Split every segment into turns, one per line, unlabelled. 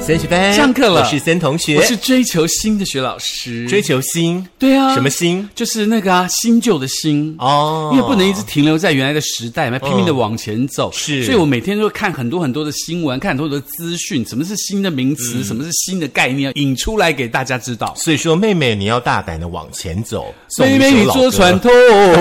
三学班
上课了
我是森同学，
我是追求新的学老师，
追求新，
对啊，
什么新？
就是那个啊，新旧的新。
哦，
因为不能一直停留在原来的时代嘛，拼命的往前走。
是
所以我每天都会看很多很多的新闻，看很多很多的资讯，什么是新的名
嗯
词，什么是新的概念，引出来给大家知道。
所以说，妹妹你要大胆的往前走，送
妹
一
妹，
首
你
老
坐
歌
船头，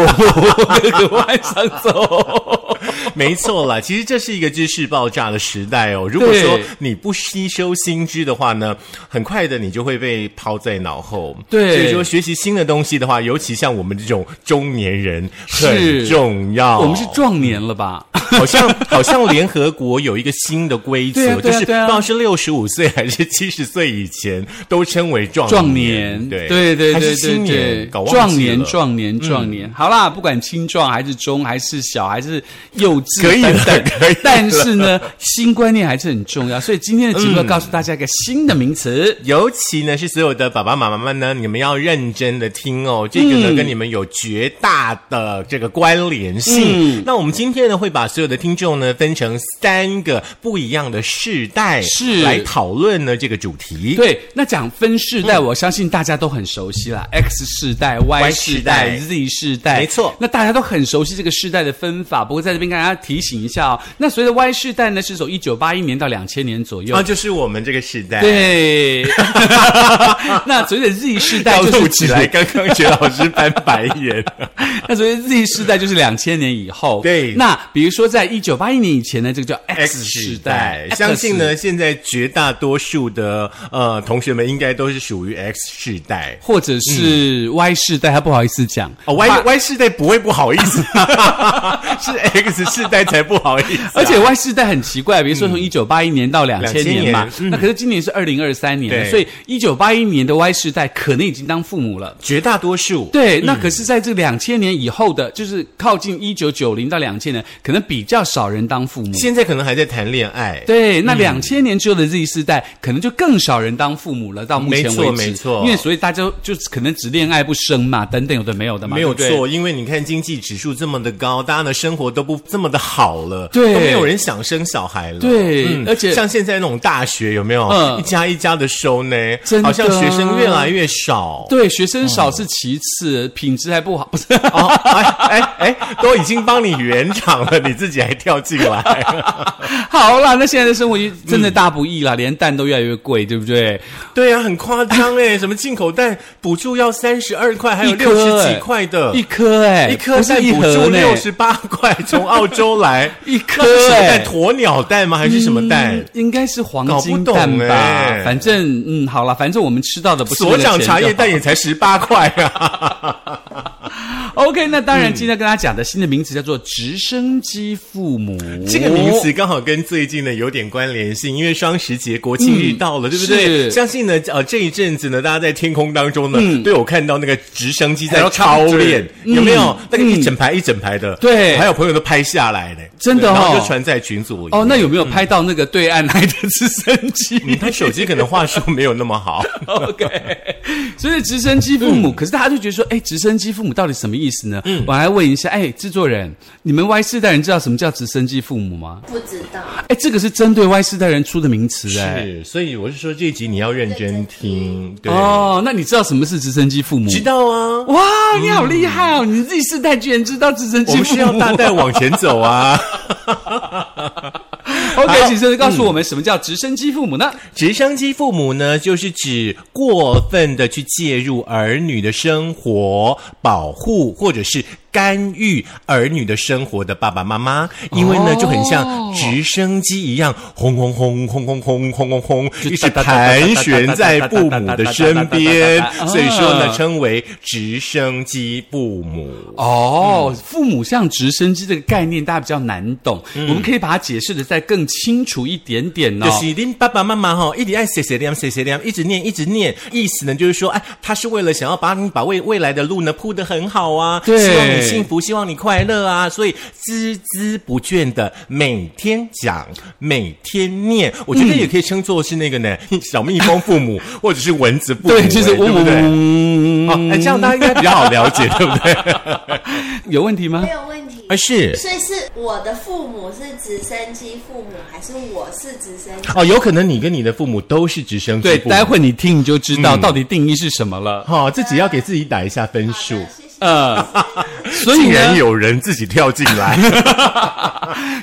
哥哥往上
哦
走。
没错啦，其实这是一个知识爆炸的时代哦。如果说
对
你不吸收新知的话呢，很快的你就会被抛在脑后。
对
所以说学习新的东西的话，尤其像我们这种中年人，很
是
重要。
我们是壮年了吧？
好像好像联合国有一个新的规则，
对啊
就
对啊
是不知
对啊
道是六十五岁还是七十岁以前都称为壮
壮年，
哦对
对对
还
对
是
对
新
对
年，搞忘记了嗯
壮年壮年壮年，好啦，不管青壮还是中还是小还是幼稚，
可以的
等等
可以的
但是呢，新观念还是很重要，所以今天的节
嗯
目要告诉大家一个新的名词。
尤其呢是所有的爸爸妈妈们呢，你们要认真的听
嗯
哦，这个呢、跟你们有绝大的这个关联性。
嗯
那我们今天呢会把所有的听众呢分成三个不一样的世代，
是
来讨论呢这个主题。
对，那讲分世代，我相信大家都很熟悉啦，X 世代、Y 世代、
Y 世代
Z 世代，
没错
那大家都很熟悉这个世代的分法。不过在这边跟大家提醒一下哦，那所谓的 Y 世代呢，是从一九八一年到两千年左右
啊，就是我们这个时代。
对， 那所谓的 Z 世代
要
就
录
是
起来，，刚刚 学老师翻白眼。
那所谓的 Z 世代就是两千年以后。
对
那比如说在一九八一年以前呢，这个叫 X 世代，X
相信呢，现在绝大多数的呃同学们应该都是属于 X 世代。
或者是 Y 世代，他不好意思讲
嗯哦，Y
怕
Y 世代不会不好意 思，是 X 世代才不好意思啊、
而且 Y 世代很奇怪，比如说从一九八一年到两千年嘛，
嗯2000年嗯
那可是今年是二零二三年了，
对
所以一九八一年的 Y 世代可能已经当父母了。
绝大多数
对，那可是在这两千年以后的，就是靠近一九九零到两千年，可能比较少人当父母。
现在可能还在谈恋爱。
对，
嗯
那两千年之后的 Z 世代，可能就更少人当父母了。到目前为
没错
止，
没错
因为所以大家就可能只恋爱不生嘛，等等，有的没有的嘛，
没有
对不对。
错，因为你看经济指数这么的高，大家的生活都不这么的好了，
对
都没有人想生小孩了。嗯
对而且
像现在那种大学有没有、
嗯
一家一家的收呢？
真的
好像学生越来越少。
对，学生少是其次，品质还不好，不是？
哦，哎哎哎，都已经帮你圆场了，你自己还跳进来。
好啦，那现在的生活就真的大不易啦，连蛋都越来越贵，对不对？
对啊，很夸张哎，什么进口蛋补助要三十二块，还有
一
六
颗
十
哎
几块的，
一颗哎、
一颗
不是
蛋
一
补
盒
助
呢、
六十八块，从澳洲来
一颗
那是什么
哎
蛋？鸵鸟蛋吗？还是什么蛋？
嗯应该是黄
搞不
金
懂
蛋吧？
哎
反正嗯，好了，反正我们吃到的不是
所
为了
长
钱
茶叶
就好
蛋也才十八块啊！
OK，那当然，今天跟大家讲的新的名词叫做直升机父母。
嗯这个名
哦
词刚好跟最近呢有点关联性，因为双十节国庆日到了，对不对？
是嗯
相信呢，呃，这一阵子呢，大家在天空当中呢，都有看到那个直升机在
Helicopter
操练，有没有？那个一
嗯
整排一整排的，
对
我还有朋友都拍下来呢，
真的哦
然后就传在群组里。
哦，那有没有拍到那个对岸来的直升机、
你嗯他手机可能话术没有那么好。
o k 所以直升机父
嗯
母，可是大家就觉得说，哎，直升机父母到底什么意思呢？我来问一下，哎，制作人，你们 Y 世代人知道什么叫直升机父母吗？
不知道，
啊
哎，这个是针对 Y 世代人出的名词，哎。
是，所以我是说这一集你要认真听，对，
哦，那你知道什么是直升机父母？
知。道啊，
哇，你好厉害哦！你 Z 世代居然知道直升
我
机
们
父
是
母。
要大胆往前走啊。
OK，请生告
嗯
诉我们什么叫直升机父母呢？
直升机父母呢，就是指过分的去介入儿女的生活，保护或者是干预儿女的生活的爸爸妈妈，因为呢、
哦
就很像直升机一样，轰轰轰轰轰轰轰轰轰，
就
一直盘旋在父母的身边，所以说呢，称为直升机父母。
哦，
嗯
父母像直升机这个概念，大家比较难懂，我们可以把它解释的再更清楚一点点哦
嗯就。是您爸爸妈妈哈，一直爱写写念写写念，一直念一直念，意思呢就是说，哎，他是为了想要把你把未未来的路呢铺得很好啊，
对
希望你幸福，希望你快乐啊！所以孜孜不倦的每天讲，每天念，我觉得也可以称作是那个呢、小蜜蜂父 母，或者是蚊子父母，
嗯
哎
对，就是
对不对？
嗡
哦，哎，这样大家应该比较好了 解，对不对？
有问题吗
没？有问题
啊，。是。
所以是我的父母是直升机父母，还是我是直升机？
哦，有可能你跟你的父母都是直升机
对，
父母
待会你听你就知道
嗯
到底定义是什么了。
好、自己要给自己打一下分
好
数
的，。谢谢。
呃，所以
竟然
呢，
有人自己跳进 来，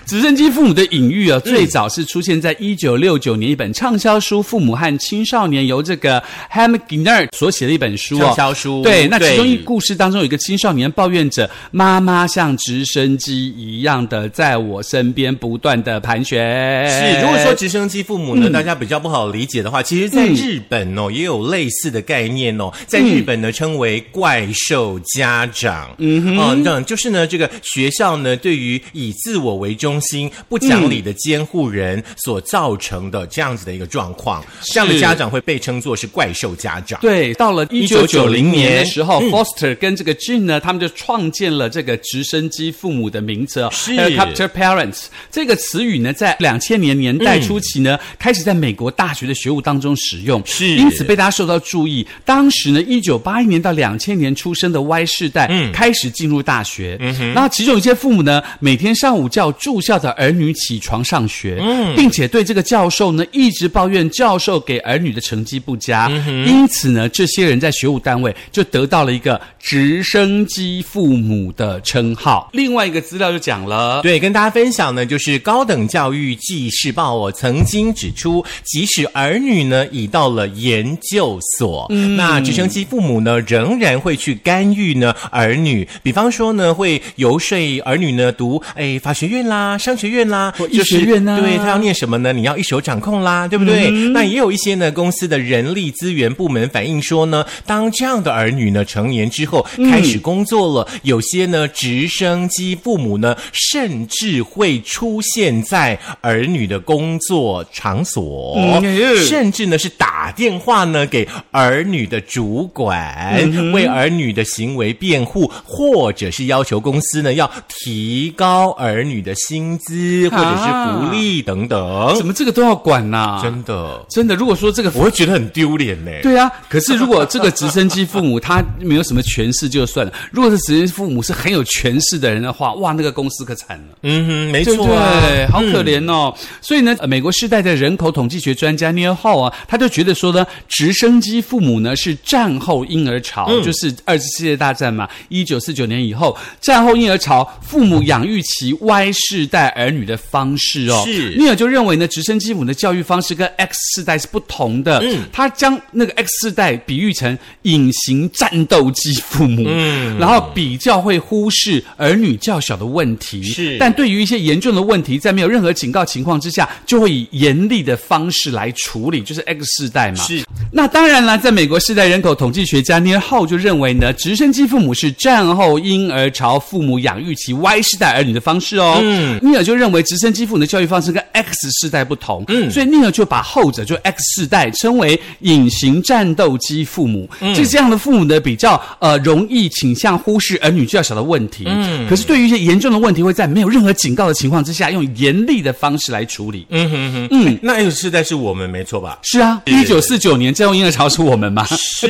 直升机父母的隐喻啊，最早是出现在一九六九年一本畅销书《父母和青少年》，由这个 Ham Giner 所写的一本书哦。
畅销书
对，那其中一
对
故事当中有一个青少年抱怨着妈妈像直升机一样的在我身边不断的盘旋。
是，如果说直升机父母
嗯
呢，大家比较不好理解的话，其实在日本哦、也有类似的概念哦，在
嗯
日本呢称为怪兽家长，嗯哼，哦，那就是呢这个学校呢对于以自我为中心、不讲理的监护人所造成的这样子的一个状况，这样的家长会被称作是怪兽家长。
对，到了一九九
1990
零年
年
的时候、f o s t e r 跟这个 Jin 呢，他们就创建了这个直升机父母的名词哦
是
，helicopter parents 这个词语呢，在两千年年代初期呢，开始在美国大学的学务当中使用，
是
因此被大家受到注意。当时呢，一九八一年到两千年出生的 Y 世代、
嗯
开始进入大学，嗯、那其中有些父母呢，每天上午叫住校的儿女起床上学，
嗯
并且对这个教授呢一直抱怨教授给儿女的成绩不佳，
嗯
因此呢，这些人在学务单位就得到了一个直升机父母的称号。另外一个资料就讲了。
对，跟大家分享呢，就是《高等教育纪事报》哦，曾经指出，即使儿女呢已到了研究所，
嗯
那直升机父母呢仍然会去干预呢儿女，比方说呢会游说儿女呢读哎法学院啦、商学院啦、
或医学院啊
就是对他要念什么呢？你要一手掌控啦，对不对？
嗯
那也有一些呢公司的人力资源部门反映说呢，当这样的儿女呢成年之后开始工作了，有些呢直升机父母呢，甚至会出现在儿女的工作场所，
嗯哎呦
甚至呢是打电话呢给儿女的主管，
嗯
为儿女的行为辩护，或者是要求公司呢要提高儿女的薪资或者是福利等等。
怎么这个都要管呐、
真的，
真的，如果说这个
我会觉得很丢脸呢、
对啊，可是如果这个直升机父母他没有什么权势就算了，如果是直升机父母是很有权势的人的话，哇，那个公司可惨了。
嗯哼，没
对
错
不
啊、
对，好可怜哦。所以呢，呃美国世代的人口统计学专家 Neil Hall 啊，他就觉得说呢，直升机父母呢是战后婴儿潮，就是二次世界大战嘛，一九四九年以后，战后婴儿潮父母养育其 Y 世代儿女的方式哦。
是
尼尔就认为呢，直升机父母的教育方式跟 X 世代是不同的。嗯，他将那个 X 世代比喻成隐形战斗机父母，嗯，然后比较会忽视儿女较小的问题，
是
但对于一些严重的问题，在没有任何警告情况之下，就会以严厉的方式来处理，就是 X 世代嘛。
是
那当然啦，在美国世代人口统计学家 Neil Hall 就认为呢，直升机父母是战后婴儿潮父母养育其 Y 世代儿女的方式哦。嗯，尼尔就认为直升机父母的教育方式跟 X 世代不同，嗯，所以尼尔就把后者就 X 世代称为隐形战斗机父母。嗯，这这样的父母呢，比较呃容易倾向忽视儿女较小的问题。嗯，可是对于一些严重的问题，会在没有任何警告的情况之下，用严厉的方式来处理。嗯，
哎那 X 世代是我们没错吧？
是啊，一九四九年战后婴儿潮是我们嘛？
是，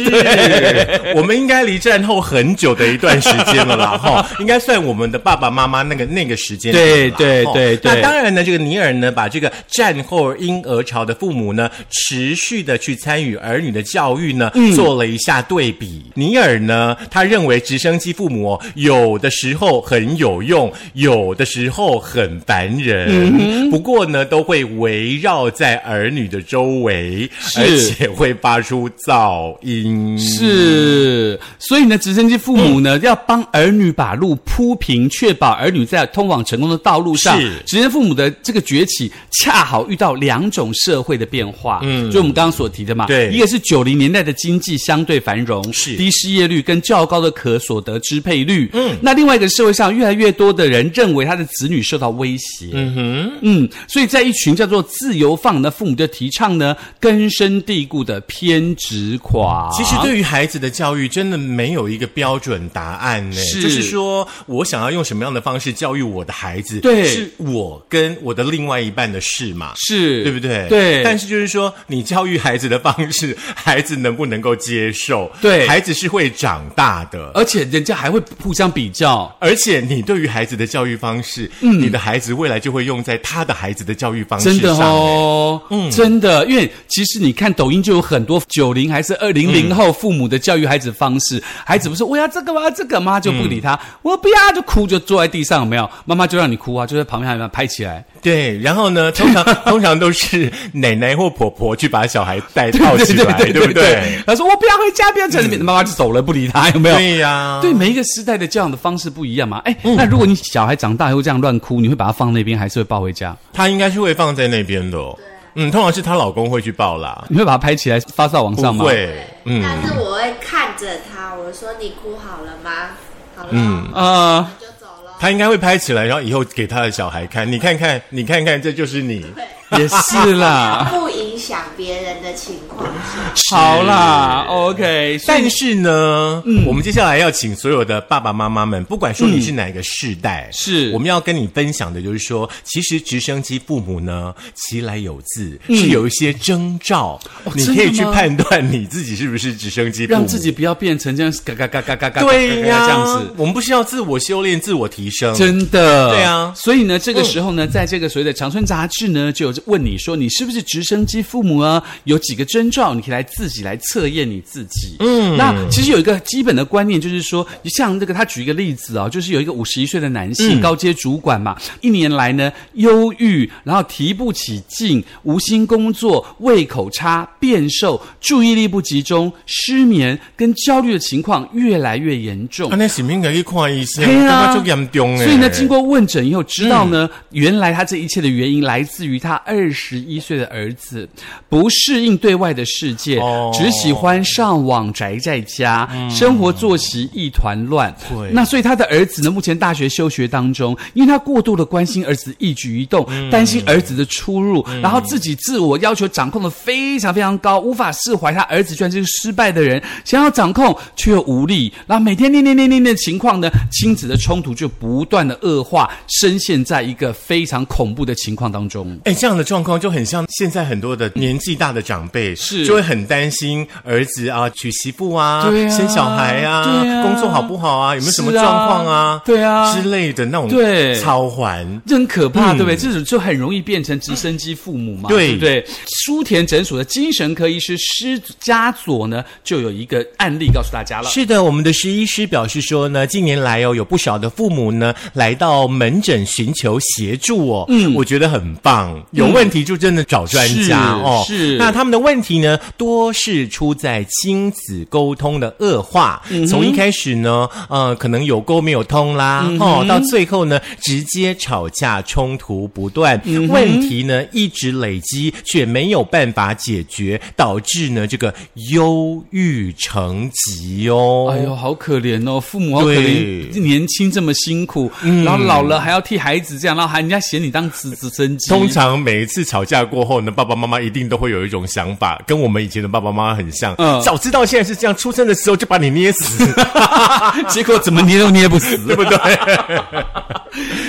我们应该离战后很久的一段时间了 啦，哈，应该算我们的爸爸妈妈那个那个时间点啦
对
齁
对对
那当然呢，这个尼尔呢，把这个战后婴儿潮的父母呢，持续的去参与儿女的教育呢，
嗯
做了一下对比。尼尔呢，他认为直升机父母、哦、有的时候很有用，有的时候很烦
嗯
人，不过呢，都会围绕在儿女的周围，
是
而且会发出噪音。
是，所以呢，直升机父母呢、要帮儿女把路铺平，确保儿女在通往成功的道路上
是。
直升机父母的这个崛起，恰好遇到两种社会的变化，嗯，就我们刚刚所提的嘛，
对
一个是九零年代的经济相对繁荣，
是
低失业率跟较高的可所得支配率，嗯，那另外一个社会上越来越多的人认为他的子女受到威胁，嗯哼，嗯，所以在一群叫做自由放的父母就提倡呢，根深蒂固的偏执狂，啊
其实对于孩子的教育，真的没有一个标准答案呢、
是
就是说我想要用什么样的方式教育我的孩子，
对
是我跟我的另外一半的事嘛。
是
对不对？
对，
但是就是说，你教育孩子的方式，孩子能不能够接受？
对呃
孩子是会长大的。
而且人家还会互相比较。
而且你对于孩子的教育方式，你的孩子未来就会用在他的孩子的教育方式
嗯
上。
真
嗯
的哦，真的，因为其实你看抖音就有很多九零还是二零零后父母的教育孩子方式，孩子不是我要这个我要这个，妈就不理
嗯
他，我不要就哭就坐在地上，有没有？妈妈就让你哭啊，就在旁边还把它拍 起来，
对，然后呢，通 常通常都是奶奶或婆婆去把小孩带套起来，对不对？？
他说我不要回家，不要在那边，妈妈就走了，不理他，有没有？
对啊嗯呀，
对，每一个时代的教养的方式不一样嘛。哎，那如果你小孩长大以后这样乱哭，你会把他放那边，还是会抱回家？
她应该是会放在那边的哦。嗯，通常是她老公会去抱啦，
你会把他拍起来发到网上
不
吗？
会，嗯，
但是我会看着他，我说你哭好了吗？好了，
嗯
呃，
就走了。
她应该会拍起来，然后以后给她的小孩看，你看看，你看看，这就是你。
也是啦。
不影响别人的情况 下，
好啦，OK，所以
但是呢，
嗯
我们接下来要请所有的爸爸妈妈们，不管说你是哪一个世代，
是
我们要跟你分享的，就是说，其实直升机父母呢，其来有自，是有一些征兆，你可以
嗯哦真
去
的吗
判断你自己是不是直升机父母，哎
让自己不要变成这样嘎嘎嘎嘎嘎嘎嘎嘎嘎
对呀、
这样子。
我们不是要自我修炼、自我提升，
真的，
对啊
所以呢，这个时候呢，在这个所谓的长春杂志呢，就有问你说，你是不是直升机父母啊？有几个征兆，你可以来自己来测验你自己。嗯，那其实有一个基本的观念，就是说，像这个他举一个例子哦，就是有一个五十一岁的男
嗯
性、高阶主管嘛，一年来呢，忧郁，然后提不起劲，无心工作，胃口差，变瘦，注意力不集中，失眠跟焦虑的情况越来越严重
啊，。那是不是应该去看医生，
对啊
感觉很严重嗯哎。
所以呢，经过问诊以后，知道呢，原来他这一切的原因来自于他二十一岁的儿子不适应对外的世界，
哦
只喜欢上网宅在家，生活作息一团乱
对。
那所以他的儿子呢，目前大学休学当中，因为他过度的关心儿子一举一动，担心儿子的出入，然后自己自我要求掌控的非常非常高，无法释怀他儿子居然是个失败的人，想要掌控却又无力，然后每天念念念念念的情况呢，亲子的冲突就不断的恶化，深陷在一个非常恐怖的情况当中。
哎，这样的状况就很像现在很多的年纪大的长辈，
嗯是
就会很担心儿子啊娶媳妇啊、
对啊
生小孩啊、
对啊
工作好不好啊、有没有什么
是啊
状况啊、
对啊
之类的那种
对
操环。
这很可怕，对不对？这种就很容易变成直升机父母嘛，
嗯对
不对？舒田诊所的精神科医师施家佐呢，就有一个案例告诉大家了。
是的，我们的石医师表示说呢，近年来哦，有不少的父母呢来到门诊寻求协助哦。嗯，我觉得很棒，有问题就真的找专家、
嗯是
哦。
是
那他们的问题呢，多是出在亲子沟通的恶化，
嗯
从一开始呢，呃，可能有沟没有通啦，
嗯
哦，到最后呢，直接吵架，冲突不断，
嗯
问题呢一直累积，却没有办法解决，导致呢这个忧郁成疾哦。
哎呦，好可怜哦！父母好可
对嗯
怜，年轻这么辛苦，然后老了还要替孩子这样，然后还人家嫌你当直直升机。
通常每一次吵架过后呢，爸爸妈妈一定都会有一种想法，跟我们以前的爸爸妈妈很像。
嗯
早知道现在是这样，出生的时候就把你捏死，
结果怎么捏都捏不死。
对不嗯对？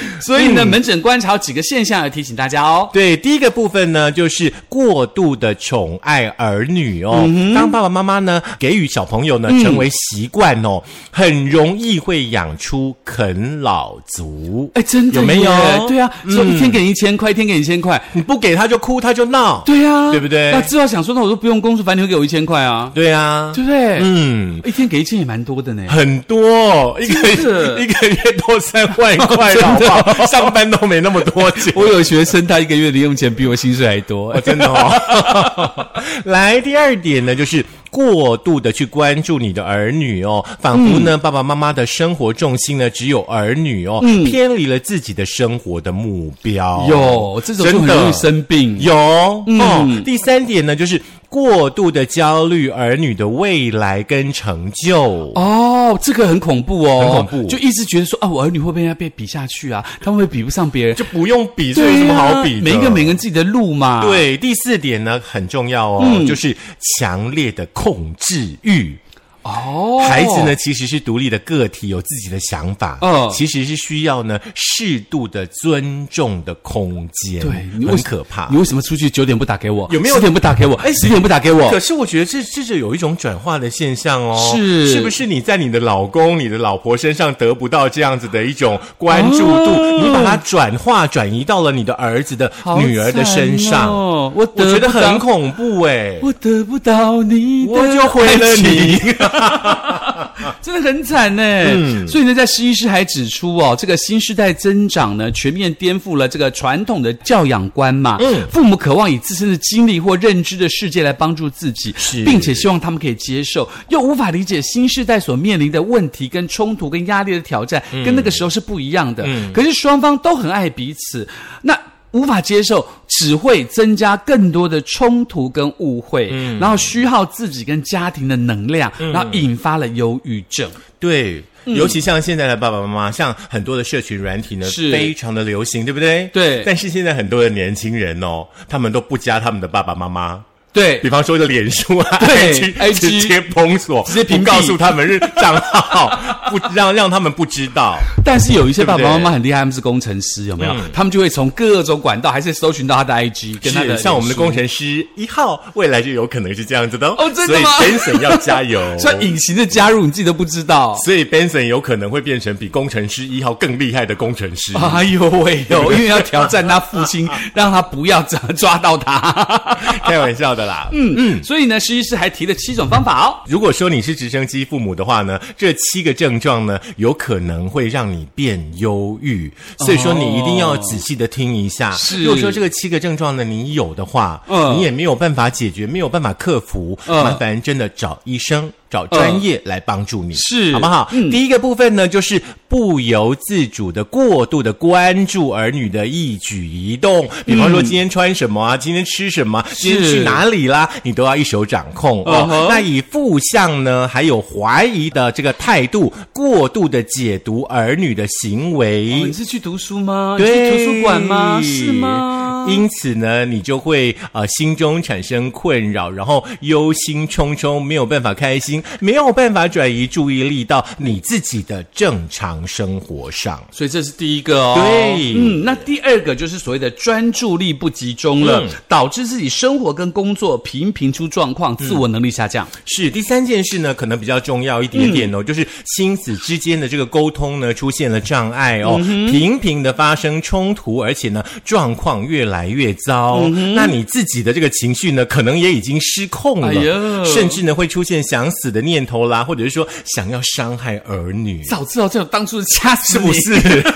所以呢，门诊观察有几个现象要提醒大家哦。
对，第一个部分呢，就是过度的宠爱儿女哦。
嗯
当爸爸妈妈呢给予小朋友呢成为习惯哦，很容易会养出啃老族。
哎，真的
有没有嗯
耶？对啊，说一天给你一千块，一天给你一千块，
你不给他就哭，他就闹。
对啊，
对不对
那之后想说，那我都不用工作，反正你会给我一千块啊，
对啊，
对不对？
嗯。
一天给一千也蛮多的呢。
很多、哦，一个
真的
一个月多三万
哦
块，好不好？上班都没那么多钱。
我有学生，他一个月零用钱比我薪水还多
哦，。真的哦。 来，第二点呢，就是过度的去关注你的儿女哦，仿佛
嗯
呢、爸爸妈妈的生活重心呢只有儿女哦，
嗯
偏离了自己的生活的目标。
有这种就很
哦真的
容易生嗯病。
有、哦，第三点呢，就是过度的焦虑儿女的未来跟成就。
哦，这个很恐怖哦，
很恐怖
就一直觉得说啊，我儿女会不会要被比下去啊？他们会比不上别人，啊
就不用比，这有什么好比的？
每一个每个人自己的路嘛。，嗯
对，第四点呢很重要哦，就是强烈的控制欲。
哦，
孩子呢，其实是独立的个体，有自己的想法，
嗯
其实是需要呢适度的尊重的空间，
对，你为
很
什
可怕
你。为什么出去九点不打给我？
有没有
十点不打给我？十点不打给我？
可是我觉得这这就有一种转化的现象哦，
是
是不是你在你的老公、你的老婆身上得不到这样子的一种关注度，
哦
你把它转化转移到了你的儿子的、
好
女儿的身
惨
上，
哦我
我
得
觉得
不到
很恐怖哎、
我得不到你的
我就毁了你，
真的很惨呢。
嗯
所以呢，在施医师还指出哦，这个新时代增长呢，全面颠覆了这个传统的教养观嘛。
嗯
父母渴望以自身的经历或认知的世界来帮助自己
是，
并且希望他们可以接受，又无法理解新时代所面临的问题、跟冲突、跟压力的挑战，
嗯
跟那个时候是不一样的。可是双方都很爱彼此，那。无法接受，只会增加更多的冲突跟误会，
嗯
然后虚耗自己跟家庭的能量，然后引发了忧郁症。
对。
嗯
尤其像现在的爸爸妈妈，像很多的社群软体呢，
是
非常的流行，对不对？
对
但是现在很多的年轻人哦，他们都不加他们的爸爸妈妈，
对
比，方说就脸书啊，
对
IG
IG
直接封锁，
直接屏蔽
不告诉他们是账号，不 让让他们不知道。
但是有一些
对
爸
不对
爸妈妈很厉害，他们是工程师，有没
嗯
有？他们就会从各种管道还是搜寻到他的 IG 跟他
是
的
像我们的
脸
工程师一号，未来就有可能是这样子的哦
哦真的吗
所以 Benson 要加油。
书， 所以隐形的加入你自己都不知道。
所以 Benson 有可能会变成比工程师一号更厉害的工程 师。
哎呦喂 呦！因为要挑战他父 亲，让他不要抓抓到他。
开玩笑的啦。嗯。
嗯，所以呢，施医师还提了七种方法哦。
如果说你是直升机父母的话呢，这七个症状呢，有可能会让你变忧郁，所以说你一定要仔细的听一下。
哦是
如果说这个七个症状呢，你有的话，
嗯
你也没有办法解决，没有办法克服，
嗯
麻烦真的找医生。找专业来帮助你，
嗯是
好不好？第一个部分呢，就是不由自主的过度的关注儿女的一举一动，比方说今天穿什么啊，今天吃什么啊，今天去
嗯是
哪哪里啦，你都要一手掌控哦。
嗯哼
那以负向呢，还有怀疑的这个态度，过度的解读儿女的行
哦
为。
你是去读书吗？你
对，
去图书馆吗？是吗？
因此呢，你就会呃心中产生困扰，然后忧心忡忡，没有办法开心，没有办法转移注意力到你自己的正常生活上。
所以这是第一个哦。
对
嗯，那第二个就是所谓的专注力不集中了，
嗯
导致自己生活跟工作频频出状况，自我能力下降。
是第三件事呢，可能比较重要一点点哦，
嗯
就是亲子之间的这个沟通呢出现了障碍哦，
嗯
频频的发生冲突，而且呢状况越来越糟。
嗯
那你自己的这个情绪呢，可能也已经失控了，
哎呦
甚至呢会出现想死的念头啦，或者是说想要伤害儿女。
早知道这种当初掐死
是
你
不是？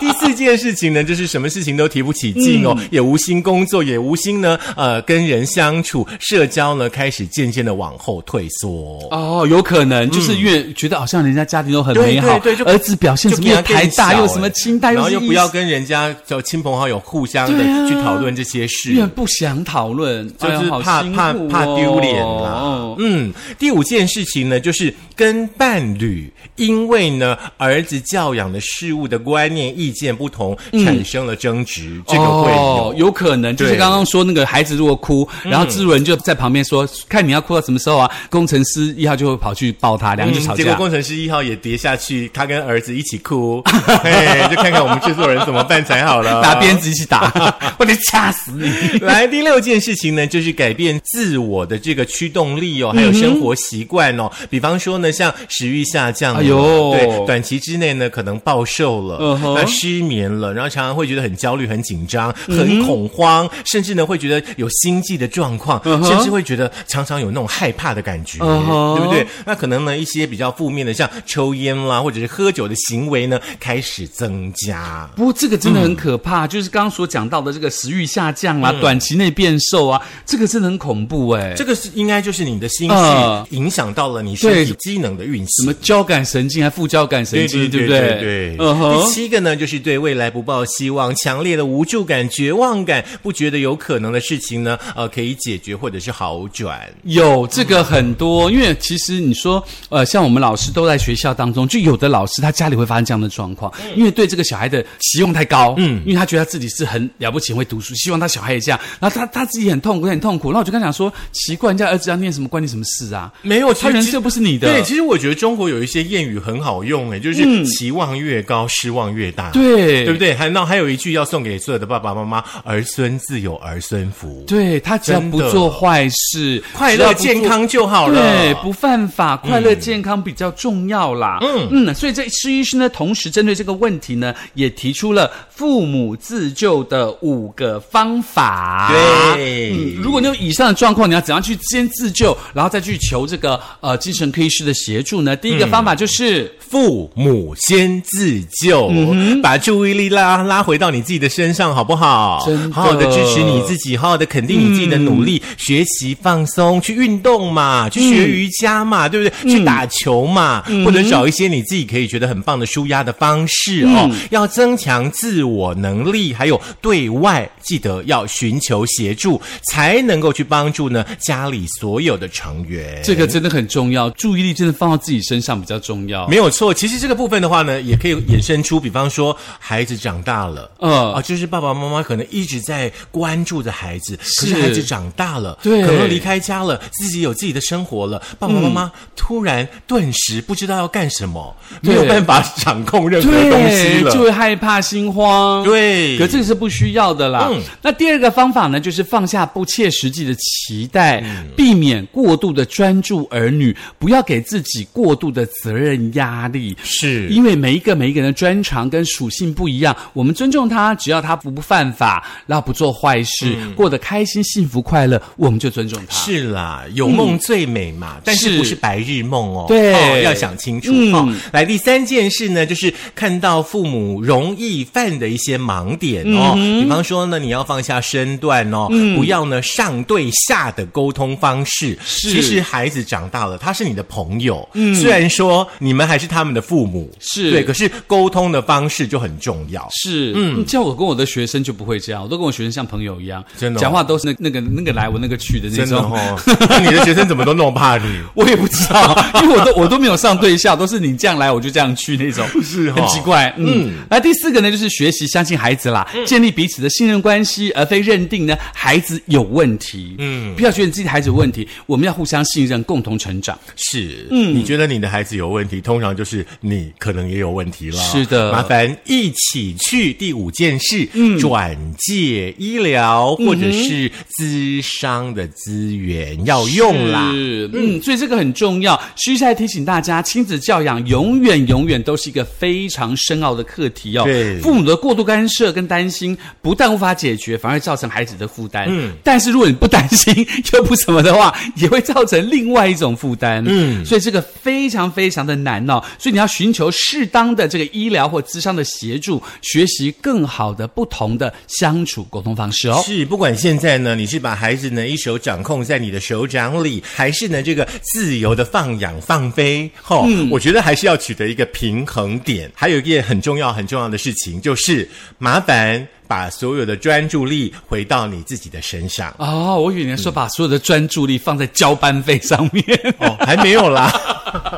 第四件事情呢，就是什么事情都提不起劲哦，
嗯
也无心工作，也无心呢，呃，跟人相处，社交呢开始渐渐的往后退缩。
哦，有可能就是因为觉得好像人家家庭都很美好，
对对对就
儿子表现
就
怎么
给
又
他更
台大
小
哎又
欸
什么清大，
然后
是
又不
医
要跟人家就亲朋好友互相的
对啊
去讨论这些事，
因为不想讨论，
就
哎呀
是
好
怕、
辛
怕
苦
怕
哦
丢脸啦
哦。
嗯，第五件事情呢，就是跟伴侣，因为呢儿子教养的事物的观念、意见不同，产生了争执，这个会
嗯哦
有。
有可能，就是
对嗯
刚刚说那个孩子如果哭，然后志文就在旁边说：“看你要哭到什么时候啊！”工程师一号就会跑去抱他，两个人就吵
嗯结果
架。
工程师一号也跌下去，他跟儿子一起哭，嘿，就看看我们制作人怎么办才好 了。
拿鞭子一起打，我得掐死 你！
来，第六件事情呢，就是改变自我的这个驱动力
嗯
哦，还有生活习惯哦。比方说呢，像食欲下降了，
哎呦
对，短期之内呢可能暴瘦了，
嗯哼
那失眠了，然后常常会觉得很焦虑、很紧张、
嗯
很恐慌，甚至呢会觉得有心悸的状况，
嗯哼
甚至会觉得常常有那种害怕的感觉，
嗯哼
对不对？那可能呢一些比较负面的，像抽烟啦，或者是喝酒的行为呢开始增加。
不过这个真的很可怕，就是刚刚所讲到的这个食欲下降啦、短期内变瘦啊，这个真的很恐怖哎、
嗯这个是应该就是你的心绪
嗯
影响到了你身体机能的运
什
行。
么交感神经还啊副交感神经，
对
不
对
对？
对
嗯
第
哼。
七个呢，就是对未来不抱希望，强烈的无助感、绝望感，不觉得有可能的事情呢，呃，可以解决或者是好转。
有这个很多，因为其实你说，呃，像我们老师都在学校当中，就有的老师他家里会发生这样的状况，
嗯
因为对这个小孩的期望太高，嗯，因为他觉得他自己是很了不起，会读书，希望他小孩也这样，然后他他自己很痛苦，很痛苦。那我就跟他讲说，奇怪，人家儿子要念什么关关你什么事啊？
没有，其
他
实
人设不是你的嗯
对，其实我觉得中国有一些谚语很好用，诶，就是期望越高，失望越大。。
对
对不？对？还那还有一句要送给所有的爸爸妈妈：儿孙自有儿孙福，
对他只要不
真的
做坏事，
快
只要
乐
不做
健康就好了。
对，不犯法，快乐健康比较重要啦。嗯嗯，所以这施医师呢，同时针对这个问题呢，也提出了父母自救的五个方法。
对
嗯，如果你有以上的状况，你要怎样去先自救，然后再去求这个呃精神科医师的协助呢？第一个
嗯
方法就是。
父母先自救，
嗯
把注意力拉拉回到你自己的身上，好不好？
真的嗯
好好的支持你自己，好好的肯定你自己的努力，学习放松，去运动嘛，去学瑜伽嘛，对不
嗯
对？去打球嘛，或者找一些你自己可以觉得很棒的舒压的方式
嗯
哦。要增强自我能力，还有对外记得要寻求协助，才能够去帮助呢家里所有的成员。
这个真的很重要，注意力真的放到自己身上比较重要。
没有错，其实这个部分的话呢，也可以衍生出，比方说孩子长大了，
嗯
啊，就是爸爸妈妈可能一直在关注着孩子，可
是
是孩子长大了，
对嗯
可能离开家了，自己有自己的生活了，爸爸妈妈突然顿时不知道要干什么，
对
没有办法掌控任何东西
对，就
了，
会害怕心慌。
对
可这个是不需要的啦。
嗯
那第二个方法呢，就是放下不切实际的期待，
嗯
避免过度的专注儿女，不要给自己过度的责任压力。
是
因为每一个每一个人的专长跟属性不一样，我们尊重他，只要他不不犯法，然后不做坏事，
嗯
过得开心、幸福、快乐，我们就尊重他。
是啦，有梦最美嘛，但是
是
不是白日梦哦？
嗯对嗯
哦要想清楚、哦。来，第三件事呢，就是看到父母容易犯的一些盲点哦，
嗯
比方说呢，你要放下身段哦，不要呢上对下的沟通方式。
是嗯
其实孩子长大了，他是你的朋友，虽然说你们还是他们的父母，
是
对，可是沟通的方式就很重要。
是，嗯，叫我跟我的学生就不会这样，我都跟我学生像朋友一样，
真的哦
讲话都是那那个那个来我那个去的那
真的
种。
哦，那你的学生怎么都那么怕你？
我也不知道， 因为我都我都没有上对象，都是你这样来我就这样去那种，
是哦
很奇怪。嗯，那第四个呢，就是学习相信孩子啦，建立彼此的信任关系，而非认定呢孩子有问题。嗯，不要觉得你自己的孩子有问题，我们要互相信任，共同成长。
是，嗯，你觉得你的孩子有问题，通常就是你可能也有问题了。
是的
麻烦一起去第五件事，嗯，转介医疗
嗯
或者是咨商的资源要用啦。
是，嗯，所以这个很重要。徐赛提醒大家，亲子教养永远永远都是一个非常深奥的课题哦。
对
父母的过度干涉跟担心，不但无法解决，反而造成孩子的负担。嗯，但是如果你不担心又不什么的话，也会造成另外一种负担。嗯，所以这个非常非常的难哦。所以你要寻求适当的这个医疗或咨商的协助，学习更好的不同的相处沟通方式哦。
是，不管现在呢，你是把孩子呢一手掌控在你的手掌里，还是呢这个自由的放养放飞，吼、
嗯
我觉得还是要取得一个平衡点。还有一件很重要很重要的事情，就是麻烦把所有的专注力回到你自己的身上。
哦，我以为你说把所有的专注力放在交班费上面。
哦，还没有啦。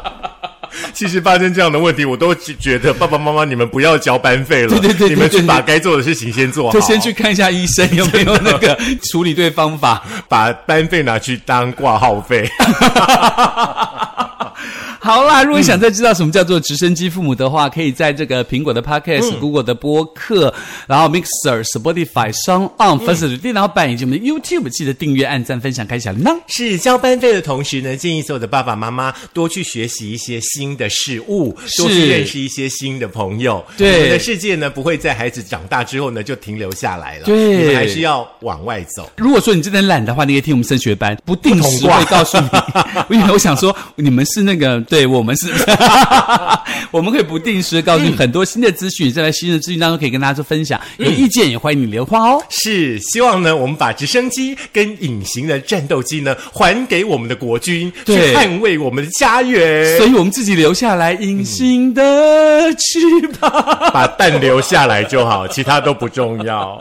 其实发生这样的问题，我都觉得爸爸妈妈，你们不要交班费了，
对对对对
你们去把该做的事情先做好，
就先去看一下医生有没有那个处理对方法。
把班费拿去当挂号费。
好啦，如果你想再知道什么叫做直升机父母的话，可以在这个苹果的 Podcast、Google 的播客，然后 Mixer、Spotify、s o n On、First 的电脑版以及我们的 YouTube，记得订阅、按赞、分享、开小铃铛。
是交班费的同时呢，建议所有的爸爸妈妈多去学习一些新的事物，
是
多去认识一些新的朋友。
对
你们的世界呢不会在孩子长大之后呢就停留下来了，
对
你们还是要往外走。
如果说你真的懒的话，你可以听我们升学班，不定时
不同挂
会告诉你。因为我想说，你们是那个，对我们是， 我们可以不定时地告诉你很多新的资讯，在来新的资讯当中可以跟大家做分享。有意见也欢迎你留话哦。
是，希望呢，我们把直升机跟隐形的战斗机呢，还给我们的国军，去
对
捍卫我们的家园
所，以我们自己留下来隐形的翅膀。
把蛋留下来就好，其他都不重要。